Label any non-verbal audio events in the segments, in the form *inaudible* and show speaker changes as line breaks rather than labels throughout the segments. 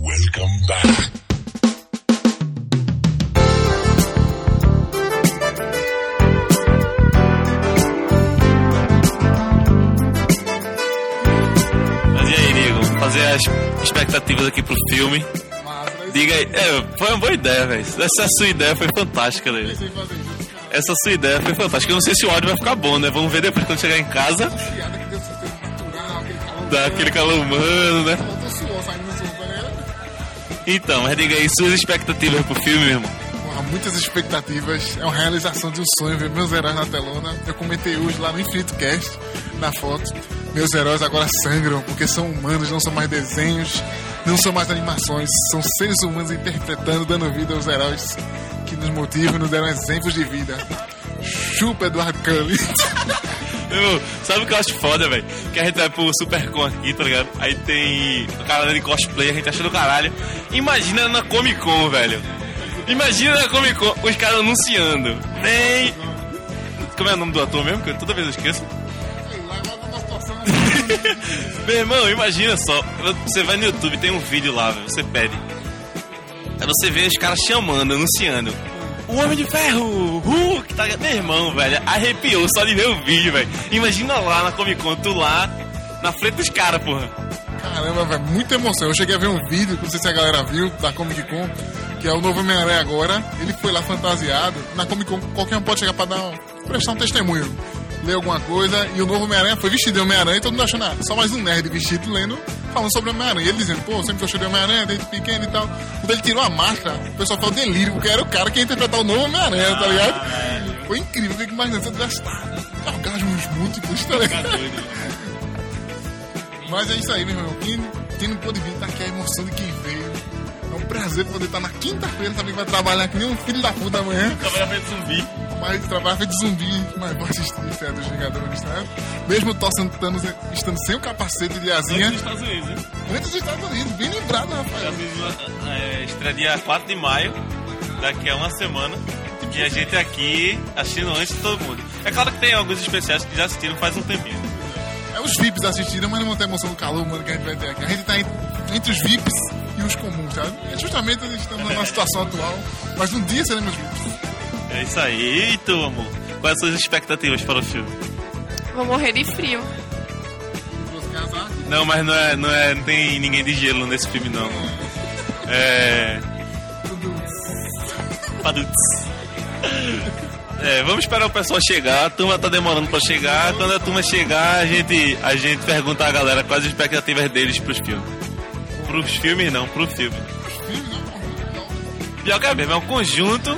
come back.
Mas e aí, Nego? Fazer as expectativas aqui pro filme. Diga aí. É, foi uma boa ideia, velho. Essa sua ideia foi fantástica, dele. Essa sua ideia foi fantástica. Eu não sei se o áudio vai ficar bom, né? Vamos ver depois quando chegar em casa. Dá aquele calor humano, né? Então, mas diga aí suas expectativas pro filme, meu irmão.
Porra, muitas expectativas. É uma realização de um sonho ver meus heróis na telona. Eu comentei hoje lá no Infinito Cast, na foto. Meus heróis agora sangram porque são humanos, não são mais desenhos, não são mais animações. São seres humanos interpretando, dando vida aos heróis que nos motivam e nos deram exemplos de vida. Chupa Eduardo Cullen.
Eu, sabe o que eu acho foda, velho? Que a gente vai pro Supercon aqui, tá ligado? Aí tem a galera de cosplay, a gente achando caralho. Imagina na Comic Con, velho. Imagina na Comic Con os caras anunciando. Vem! Como é o nome do ator mesmo? Que eu toda vez eu esqueço. Meu irmão, imagina só. Você vai no YouTube, tem um vídeo lá, velho. Você pede. Aí você vê os caras chamando, anunciando. O Homem de Ferro! Hulk! Tá... Meu irmão, velho, arrepiou só de ver o vídeo, velho. Imagina lá na Comic Con, tu lá, na frente dos caras, porra.
Caramba, velho, muita emoção. Eu cheguei a ver um vídeo, não sei se a galera viu, da Comic Con, que é o novo Homem-Aranha agora. Ele foi lá fantasiado. Na Comic Con, qualquer um pode chegar pra dar um, prestar um testemunho, ler alguma coisa. E o novo Homem-Aranha foi vestido de Homem-Aranha e todo mundo achando, ah, só mais um nerd vestido lendo, falando sobre Homem-Aranha. E Ele dizendo, pô, sempre gostei de Homem-Aranha, desde pequeno e tal. Quando ele tirou a máscara, o pessoal falou delírio, porque era o cara que ia interpretar o novo Homem-Aranha, tá ligado? Foi incrível, eu fico imaginando, você gastado. Orgasmos múltiplos, tá ligado? Mas é isso aí, meu irmão. Quem, quem não pôde vir tá aqui é a emoção de quem veio. É um prazer poder estar na quinta-feira, saber que vai trabalhar que nem um filho da puta amanhã.
Trabalhar feito zumbi.
Mas trabalha feito zumbi, mas vai assistir a estreia dos Vingadores, né? Mesmo torcendo Thanos estando sem o capacete de asinha,
Nos Estados Unidos, hein?
antes dos Estados Unidos, bem lembrado, rapaz.
Estados Unidos é, estreia dia 4 de maio, daqui a uma semana. E a gente aqui assistindo antes de todo mundo. É claro que tem alguns especiais que já assistiram faz um tempinho.
É os VIPs assistiram, mas não vão ter emoção do calor, mano, que a gente vai ter aqui. A gente tá en- entre os VIPs e os comuns, sabe? É justamente eles estão na nossa situação atual, mas um dia seremos VIPs.
É isso aí. E tu, amor? Quais são as suas expectativas para o filme?
Vou morrer de frio.
Você quer azar?
Não, mas não é, não é, não tem ninguém de gelo nesse filme não. É. Paduts. É, vamos esperar o pessoal chegar. A turma tá demorando pra chegar. Quando a turma chegar, a gente, a gente pergunta a galera quais as expectativas deles pros filmes. Pros filmes não, pro filme. Pior que é mesmo, é um conjunto.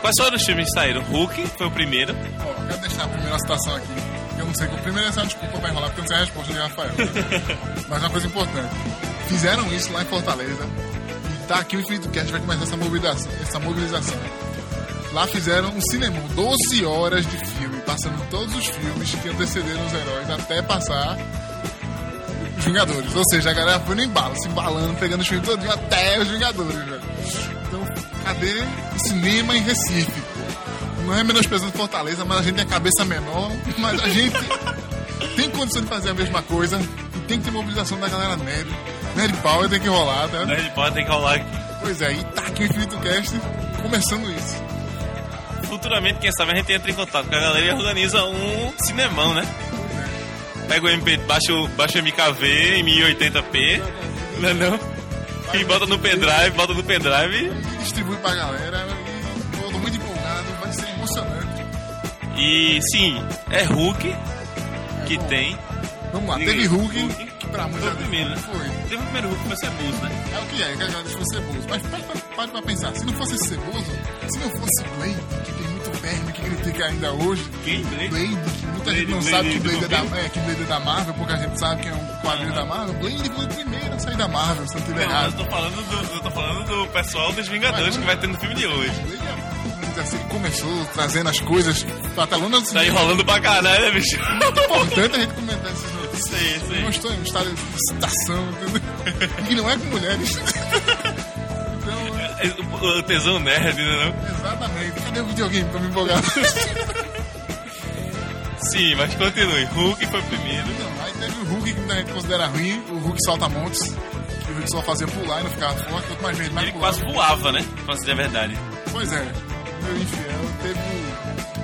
Quais foram os filmes que saíram? Hulk foi o primeiro.
Ó, quero deixar a primeira citação aqui. Eu não sei que o primeiro é essa desculpa vai enrolar porque eu não sei a resposta de Rafael. Mas é uma coisa importante. Fizeram isso lá em Fortaleza. E tá aqui o Infinito Cast vai começar essa mobilização. Essa mobilização. Lá fizeram um cinema, 12 horas de filme, passando todos os filmes que antecederam os heróis até passar os Vingadores. Ou seja, a galera foi no embalo, se embalando, pegando os filmes todinho até os Vingadores, velho. Então, cadê o cinema em Recife? pô? Não é menosprezando Fortaleza, mas a gente tem a cabeça menor, mas a gente tem condição de fazer a mesma coisa e tem que ter mobilização da galera nerd. Nerd power tem que rolar, tá?
Harry Potter tem que rolar aqui.
Pois é, e tá aqui o Infinito Cast começando isso.
Futuramente, quem sabe, a gente entra em contato com a galera e organiza um cinemão, né? Pega o MP, baixa o, baixa o MKV em 1080p, não é não? E bota no pendrive, bota no pendrive.
distribui é pra galera e todo muito empolgado, vai ser emocionante.
E sim, é Hulk que tem.
É Vamos lá,
Ninguém-
teve Hulk,
Hulk,
que pra muita
foi o primeiro, né?
Foi.
Teve o primeiro Hulk, mas é Bulls, né?
É o que é, que agora deixa você ceboso. Mas pare pra, pare pra pensar, se não fosse ceboso, se não fosse Blade, que tem muito verme que critica ainda hoje,
Quem? Blade?
Blade, que muita
Blade,
gente não
Blade
sabe que
do
Blade, é
vampiro?
da, é, que Blade é da Marvel, pouca gente sabe que é um quadrinho da Marvel, Blade foi o primeiro a sair da Marvel, se eu não tiver
Não, mas
errado.
Ah, eu tô falando do, eu tô falando do pessoal dos Vingadores que vai ter no filme de hoje.
Blade é- vamos dizer assim, começou trazendo as coisas pra talona assim,
Tá enrolando pra caralho, né, bicho?
é importante a gente comentar essas notícias.
Isso aí, isso aí.
Eu estou em um estado de excitação, entendeu? Que não é com mulheres. então,
*laughs* O o tesão nerd, né? Não?
exatamente. Cadê o videogame pra me empolgar?
Sim, mas continue. Hulk foi o primeiro.
Então, aí teve o Hulk que muita gente considera ruim, o Hulk salta montes. que Eu vi que só fazia pular e não ficava forte, quanto mais gente mais
Ele
pulava.
quase voava, né? Pra dizer a verdade.
Pois é, meu infiel teve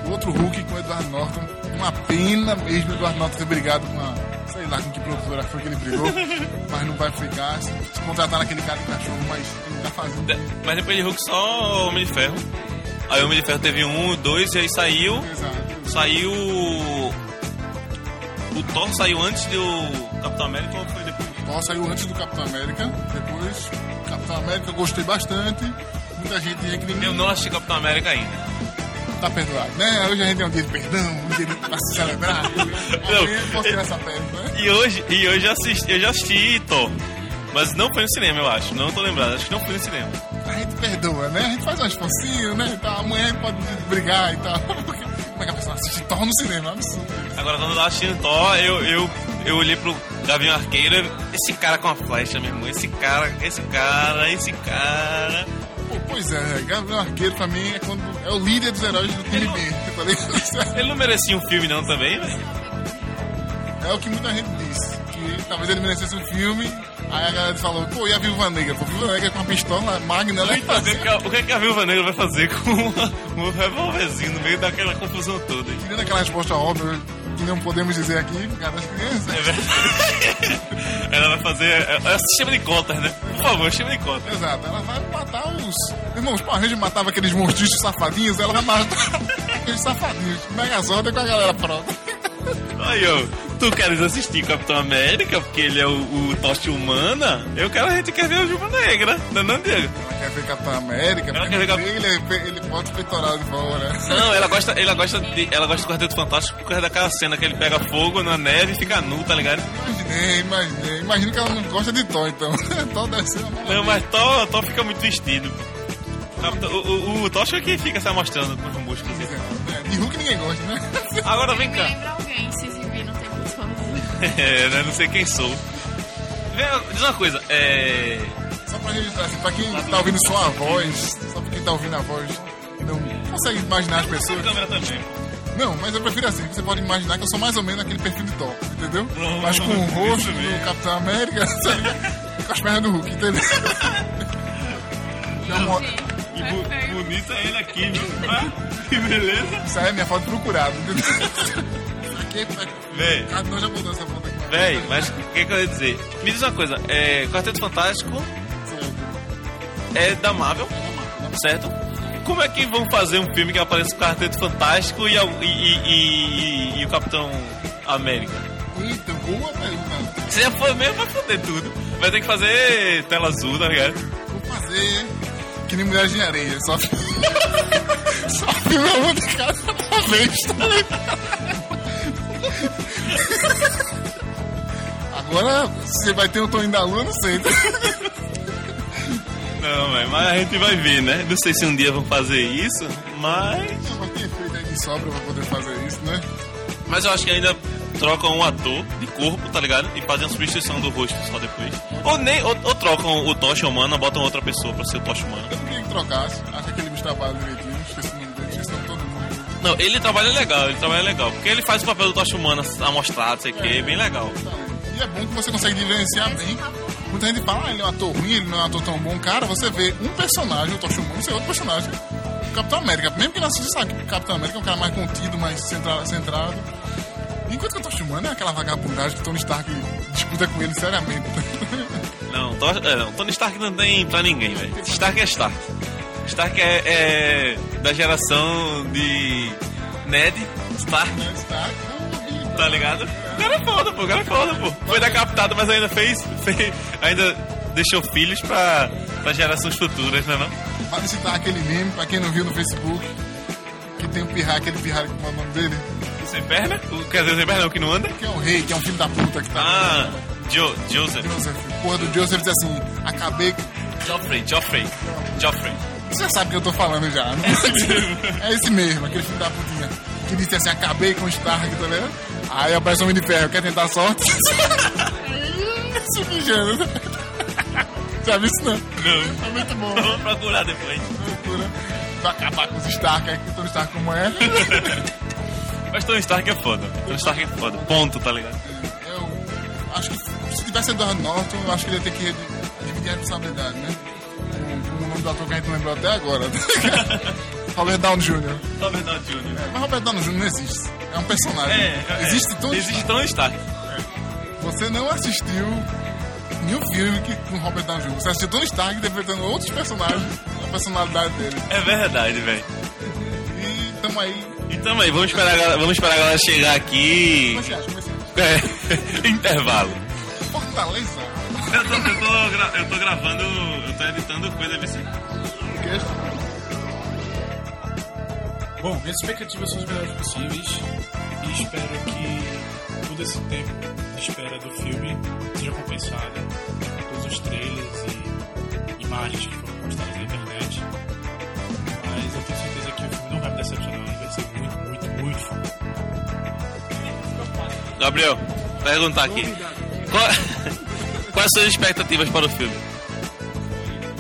o outro Hulk com o Eduardo Norton. Uma pena mesmo o Eduardo Norton ter brigado com a. Sei lá com que produtora foi que ele brigou, mas não vai ficar. Se se contrataram aquele cara de cachorro, mas não tá fazendo.
De- Mas depois de Hulk só Homem de Ferro. Aí o Homem de Ferro teve um, dois, e aí saiu.
Exato.
Saiu. O Thor saiu antes do Capitão América ou foi depois?
Thor Então, saiu antes do Capitão América, depois Capitão América eu gostei bastante. Muita gente dizia que
Eu
ninguém
não achei Capitão América ainda.
tá perdoado, né? Hoje a gente é um dia de perdão, um dia de pra se celebrar. Alguém pode tirar essa pele, né?
E hoje, e hoje eu, assisti, eu já assisti Thor. Mas não foi no cinema, eu acho. Não tô lembrado. Acho que não foi no cinema.
A gente perdoa, né? A gente faz um esforcinho, né? E tal. Amanhã a gente pode brigar e tal. *laughs* Porque como é que a pessoa assiste Thor no cinema? É um absurdo.
Agora, quando eu tava assistindo Thor, eu, eu, eu olhei pro Gavião Arqueiro. Esse cara com a flecha, meu irmão. Esse cara, esse cara, esse cara.
Pô, pois é, Gabriel Arqueiro pra mim é quando é o líder dos heróis do time B. *laughs* Eu falei, isso é-
Ele não merecia um filme, não, também, velho.
é o que muita gente diz. Que talvez ele merecesse um filme. Aí a galera falou, pô, e a Viúva Negra? Pô, Viúva Negra com uma pistola magna, né? ela
Vai fazer o que a- o que, a- que a Viúva Negra vai fazer com uma- um revólverzinho no meio daquela confusão toda? hein?
Tirando aquela resposta óbvia que não podemos dizer aqui, cara das crianças.
É verdade. Ela vai fazer. É, é chama de cotas, né? Por favor, chama de cotas.
Exato, ela vai matar os. Irmãos, pô, a gente matava aqueles monstros safadinhos, ela vai matar aqueles safadinhos. Megazord com a galera pronta.
Aí, ó. Tu queres assistir Capitão América porque ele é o, o Toste Humana? Eu quero, a gente quer ver a Viúva Negra. Não, é não, Diego?
Ela quer ver Capitão América,
Ela
porque
quer ver Cap-
ele, ele, ele bota o peitoral de né? fora.
Não, ela gosta, ela gosta, de, ela gosta do Quarteto Fantástico por causa daquela cena que ele pega fogo na neve e fica nu, tá ligado?
Imaginei, imaginei. Imagino que ela não gosta de Thor, então. *laughs* Thor deve ser uma
Não,
maravilha.
mas Thor, Thor fica muito vestido. Capitão- O, o, o Tocha é que fica se amostrando com os músculos. assim.
É, De Hulk ninguém gosta, né?
Agora vem
Me
cá. *laughs*
lembra alguém, se exibir no tempo de famoso.
É, né? Não sei quem sou. Vem, diz uma coisa, é.
Só pra registrar, assim, pra quem tá ouvindo só a voz, só pra quem tá ouvindo a voz e não consegue imaginar as pessoas.
Câmera também.
Não, mas eu prefiro assim. Você pode imaginar que eu sou mais ou menos aquele perfil de Thor, entendeu?
Pronto,
mas com o
isso
rosto
mesmo.
do Capitão América, *laughs* sabe? com as pernas do Hulk, entendeu? Já é mo-
E bu-
Perfeito.
bonito é ele aqui, viu? Ah, que beleza.
Isso aí é minha foto procurada,
*laughs*
entendeu? Aqui, é
Véi.
Cada um já mudou essa foto aqui.
Véi, mas o que, que eu ia dizer? Me diz uma coisa, é. Quarteto Fantástico é da Marvel, certo? Como é que vão fazer um filme que aparece o Quarteto Fantástico e, al- e- e- e- e o Capitão América?
Eita, boa então. pergunta.
Se já for mesmo, vai foder tudo. Vai ter que fazer tela azul, tá ligado?
Vou fazer que nem mulher de areia, só *laughs* Só filme uma de cada vez, tá ligado? Agora, se vai ter o Toninho da Lua, não sei. né?
Não, velho, mas a gente vai ver, né? Não sei se um dia vão fazer isso, mas.
Mas tem efeito aí de sobra pra poder fazer isso, né?
Mas eu acho que ainda trocam um ator de corpo, tá ligado? E fazem a substituição do rosto só depois. Ou nem, ou, ou trocam o Tocha Humana, botam outra pessoa pra ser o Tocha Humana.
Eu não queria que trocasse. Acho que aquele bicho trabalha direitinho. Esqueci o nome dele, esqueci o nome de todo mundo.
Não, ele trabalha legal, ele trabalha legal. Porque ele faz o papel do Tocha Humana amostrado, sei o que, bem legal.
E é bom que você consegue diferenciar bem. Muita gente fala, ah, ele é um ator ruim, ele não é um ator tão bom. Cara, você vê um personagem, o Tocha Humano, você vê outro personagem. O Capitão América. Mesmo que não assista sabe, que o Capitão América é um cara mais contido, mais centra- centrado. Enquanto que o Tocha Humano é aquela vagabundagem que o Tony Stark disputa com ele seriamente. *laughs*
Não, Tocha, é, não, Tony Stark não tem pra ninguém, velho. Stark é Stark. Stark é, é da geração de Ned Stark.
Tony Stark, não,
Tá ligado? O cara é foda, pô. O cara é foda, pô. Foi decapitado, mas ainda fez. *laughs* fez- ainda deixou filhos pra, pra gerações futuras, né? Não?
Para citar aquele meme, pra quem não viu no Facebook, que tem o Pirra, aquele Pirra, como é o nome dele?
Sem perna? O- Quer dizer, sem perna não, que não anda?
Que é o rei, que é um filho da puta que tá.
Ah, jo, Joseph.
Joseph. Porra do Joseph diz assim: acabei.
Joffrey, Joffrey. Joffrey.
Você já sabe o que eu tô falando já. né? é esse mesmo, aquele filho da putinha. Que disse assim: acabei com o Stark, tá vendo? Aí aparece o homem de ferro, quer tentar a sorte? Se mijando. Já viu isso não?
Não.
É muito bom.
Vamos procurar depois.
Loucura. Vai né? acabar com os Stark, aí que todo Stark como é.
Mas Tony Stark é foda. Tony Stark é foda. Ponto, tá ligado?
Eu acho que se tivesse Eduardo Norton, eu acho que ele ia ter que re- dividir a responsabilidade, né? Com- com O nome do ator que a gente não lembrou até agora. *laughs* Robert Downey Jr.
Robert Downey Jr.
Mas Robert Downey Jr. não existe. É um personagem.
É, é.
existe todo
Existe Tony Stark.
Você não assistiu nenhum filme que, com Robert Downey Jr. Você assistiu Tony Stark interpretando outros personagens, a personalidade dele.
É verdade, velho.
E tamo aí. é
Então aí, vamos esperar a galera, vamos esperar a galera chegar aqui.
Comerciais, comerciais.
É, *laughs* intervalo.
Fortaleza.
Eu tô, eu, tô gra- eu tô gravando, eu tô editando coisa desse.
Podcast.
Bom, minhas expectativas são as melhores possíveis e espero que todo esse tempo de espera do filme seja compensado por todos os trailers e imagens que foram postadas na internet. Mas eu tenho certeza que o filme não vai me decepcionar, ele vai ser muito, muito, muito foda.
Gabriel, perguntar aqui. Qual- *laughs* quais são as expectativas para o filme?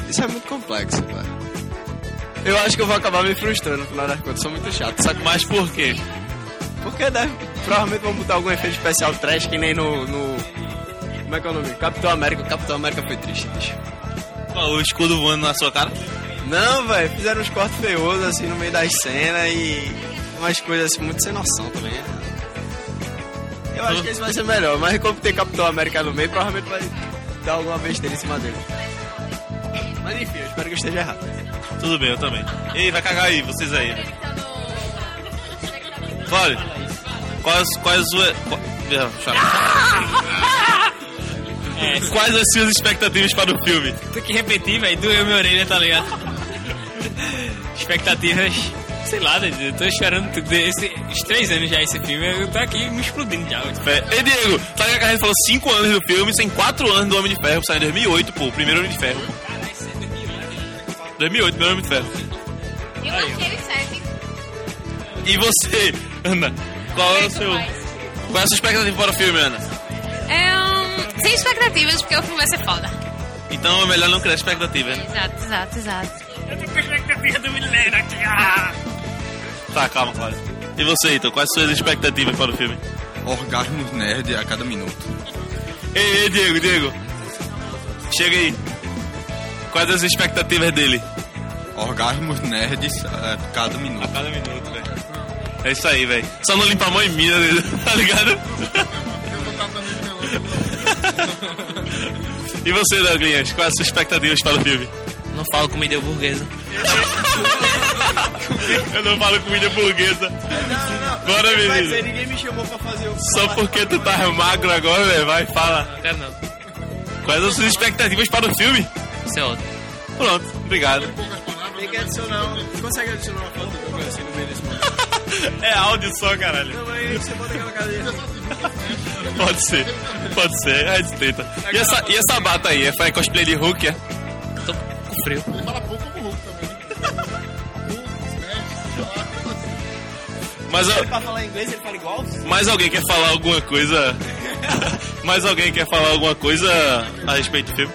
Isso é muito complexo, velho. Eu acho que eu vou acabar me frustrando, afinal das contas, sou muito chato, saco mais
Mas por quê?
Porque deve, né? provavelmente vão botar algum efeito especial trash, que nem no, no- Como é que é o nome? Capitão América. Capitão América foi triste, bicho.
O escudo voando na sua cara?
Não, velho, fizeram uns cortes feiosos assim no meio das cenas e umas coisas assim muito sem noção também. né? Eu acho que isso vai ser melhor, mas como tem Capitão América no meio, provavelmente vai dar alguma besteira em cima dele. Mas enfim, eu espero que eu esteja errado.
Tudo bem, eu também. Ei, vai cagar aí, vocês aí. né?
Ele tá no.
Vale. Quais, quais o. qua- Não, deixa eu- *laughs* Quais as suas expectativas para o filme?
Tem que repetir, velho. Doeu minha orelha, tá ligado? *laughs* Expectativas. Sei lá, Dede, eu tô esperando tudo. Esse, uns três anos já esse filme, eu tô aqui me explodindo já. velho.
É, Ei, Diego, sabe que a gente falou 5 anos do filme, sem 4 anos do Homem de Ferro, que saiu em 2008, pô, o primeiro Homem de Ferro. 2008, primeiro Homem de Ferro.
Eu achei o certo.
E você, Ana, qual é o seu. Qual é a sua expectativa para o filme, Ana?
É, um, sem expectativas, porque o filme vai ser foda.
Então é melhor não criar expectativa, né?
Exato, exato, exato.
Tá, calma, Cláudio. E você, então, quais suas expectativas para o filme?
Orgasmos nerd a cada minuto.
Ei, ei, Diego, Diego. Chega aí. Quais as expectativas dele?
Orgasmos nerds a cada minuto.
cada minuto, velho. É isso aí, velho. Só não limpar a mão em mina, né? *laughs* tá ligado?
Eu vou estar também pelo. tá
E você, Douglas, quais as suas expectativas para o filme?
Não falo comida burguesa.
*laughs* Eu não falo comida burguesa.
Não, não,
Bora,
ninguém vai
menino.
dizer, Ninguém me chamou pra fazer o.
Só porque tu tá magro agora, velho. Vai, fala.
Não quero não.
Quais as suas expectativas para o filme?
Isso é outro.
Pronto, obrigado.
Tem que adicionar. um- Consegue adicionar uma foto do assim no meio desse mundo?
É áudio só, caralho.
Não, aí você bota aquela cadeira.
Pode ser. Pode ser. A gente tenta. E essa, e essa bata aí? É cosplay de Hulk, é?
Tô com frio.
Ele fala pouco como Hulk também. né? Hulk, Smash, sei lá, coisa assim.
Mas, ó,
Pra falar inglês, ele fala igual?
Mais alguém quer falar alguma coisa? *laughs* Mais alguém quer falar alguma coisa a respeito do filme?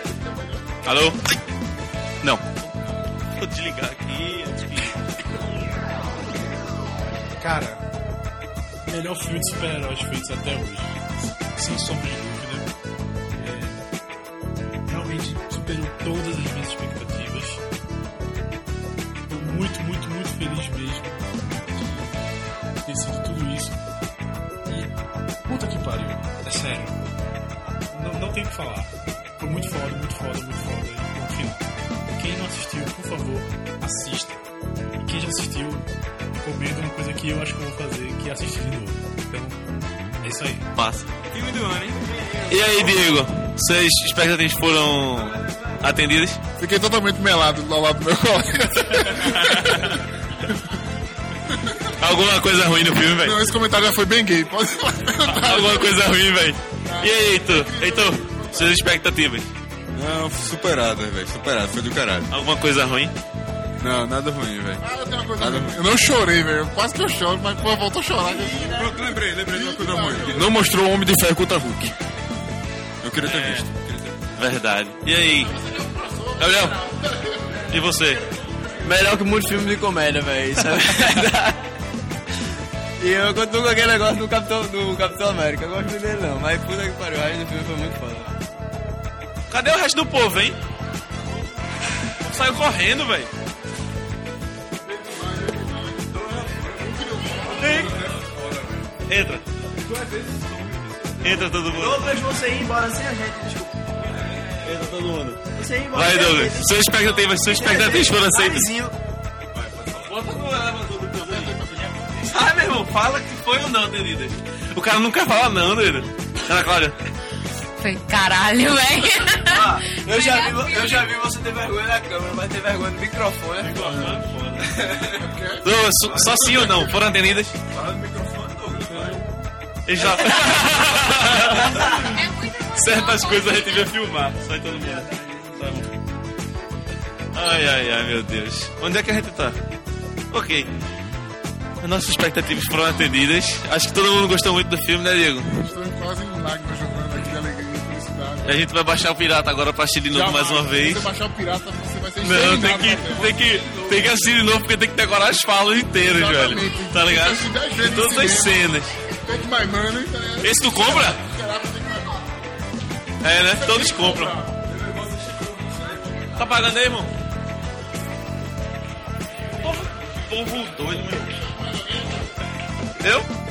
Alô? Não. Vou desligar aqui.
Cara, melhor filme de super-heróis feitos até hoje. Sem sombra de dúvida. É, realmente superou todas as minhas expectativas. Estou muito, muito, muito feliz mesmo de ter sido tudo isso. E puta que pariu, é sério. Não, não tem o que falar. Foi muito foda, muito foda, muito foda. E, no final. Quem não assistiu, por favor, assista. E quem já assistiu, recomendo uma coisa que eu acho que eu vou fazer, que é assistir de novo. Então, é isso aí.
Passa. E aí, Diego? Suas expectativas foram atendidas?
Fiquei totalmente melado do lado do meu colega.
Alguma coisa ruim no filme, velho?
Não, esse comentário já foi bem gay. Pode perguntar.
Alguma coisa ruim, velho? E aí, Heitor? Heitor, suas expectativas?
Não, superado, velho. Superado, foi do caralho.
Alguma coisa ruim?
Não, nada ruim, velho.
Ah, eu tenho uma coisa. Eu não chorei, velho. Quase que eu choro, mas pô, voltou a chorar. Pronto, lembrei, lembrei de uma coisa ruim.
Não mostrou o Homem de Ferro contra Hulk. Eu queria ter visto.
Verdade. E aí? Gabriel? E você?
Melhor que muito filme de comédia, velho. Isso é verdade. *laughs* E eu continuo com aquele negócio do Capitão, do Capitão América. Eu gosto dele não, mas puta que pariu, a do filme foi muito foda.
Cadê o resto do povo, hein? Saiu correndo, velho. Entra. Entra todo mundo.
Douglas, você ir embora sem a gente, desculpa.
Entra todo mundo.
Você ir embora
Vai,
sem a
Douglas.
gente.
Suas expectativas, suas expectativas foram aceitas.
Narizinho.
Ah, meu irmão, fala que foi ou não, Denidas. O cara nunca fala não, Denidas. Ana Cláudia.
Foi caralho, velho.
Ah, eu já, vi, eu já vi você ter vergonha na câmera, mas ter vergonha no microfone. é foda.
Não, só- só sim ou não? Foram atendidas? E já.
É né? muito emoção,
*laughs* Certas
pô.
coisas a gente vê filmar. Sai todo mundo. Tá bom. Ai, ai, ai, meu Deus. Onde é que a gente tá? Ok. As nossas expectativas foram atendidas. Acho que todo mundo gostou muito do filme, né, Diego?
Estou quase em lágrimas jogando aqui de alegria e felicidade.
A gente vai baixar o pirata agora pra assistir de novo
Jamais.
mais uma
Se
vez.
você baixar o pirata, você vai ser
Não, tem
exterminado
que,
da tela.
tem que, tem que assistir de novo porque tem que decorar as falas inteiras,
Exatamente.
velho. Tá ligado?
Tem que assistir dez vezes
Todas
no
as
cinema.
cenas.
Take my money, tá ligado?
Esse tu compra?
Caraca, take my money.
É, né? Todos compram. Tá pagando aí, irmão? Povo, povo doido, meu. Eu?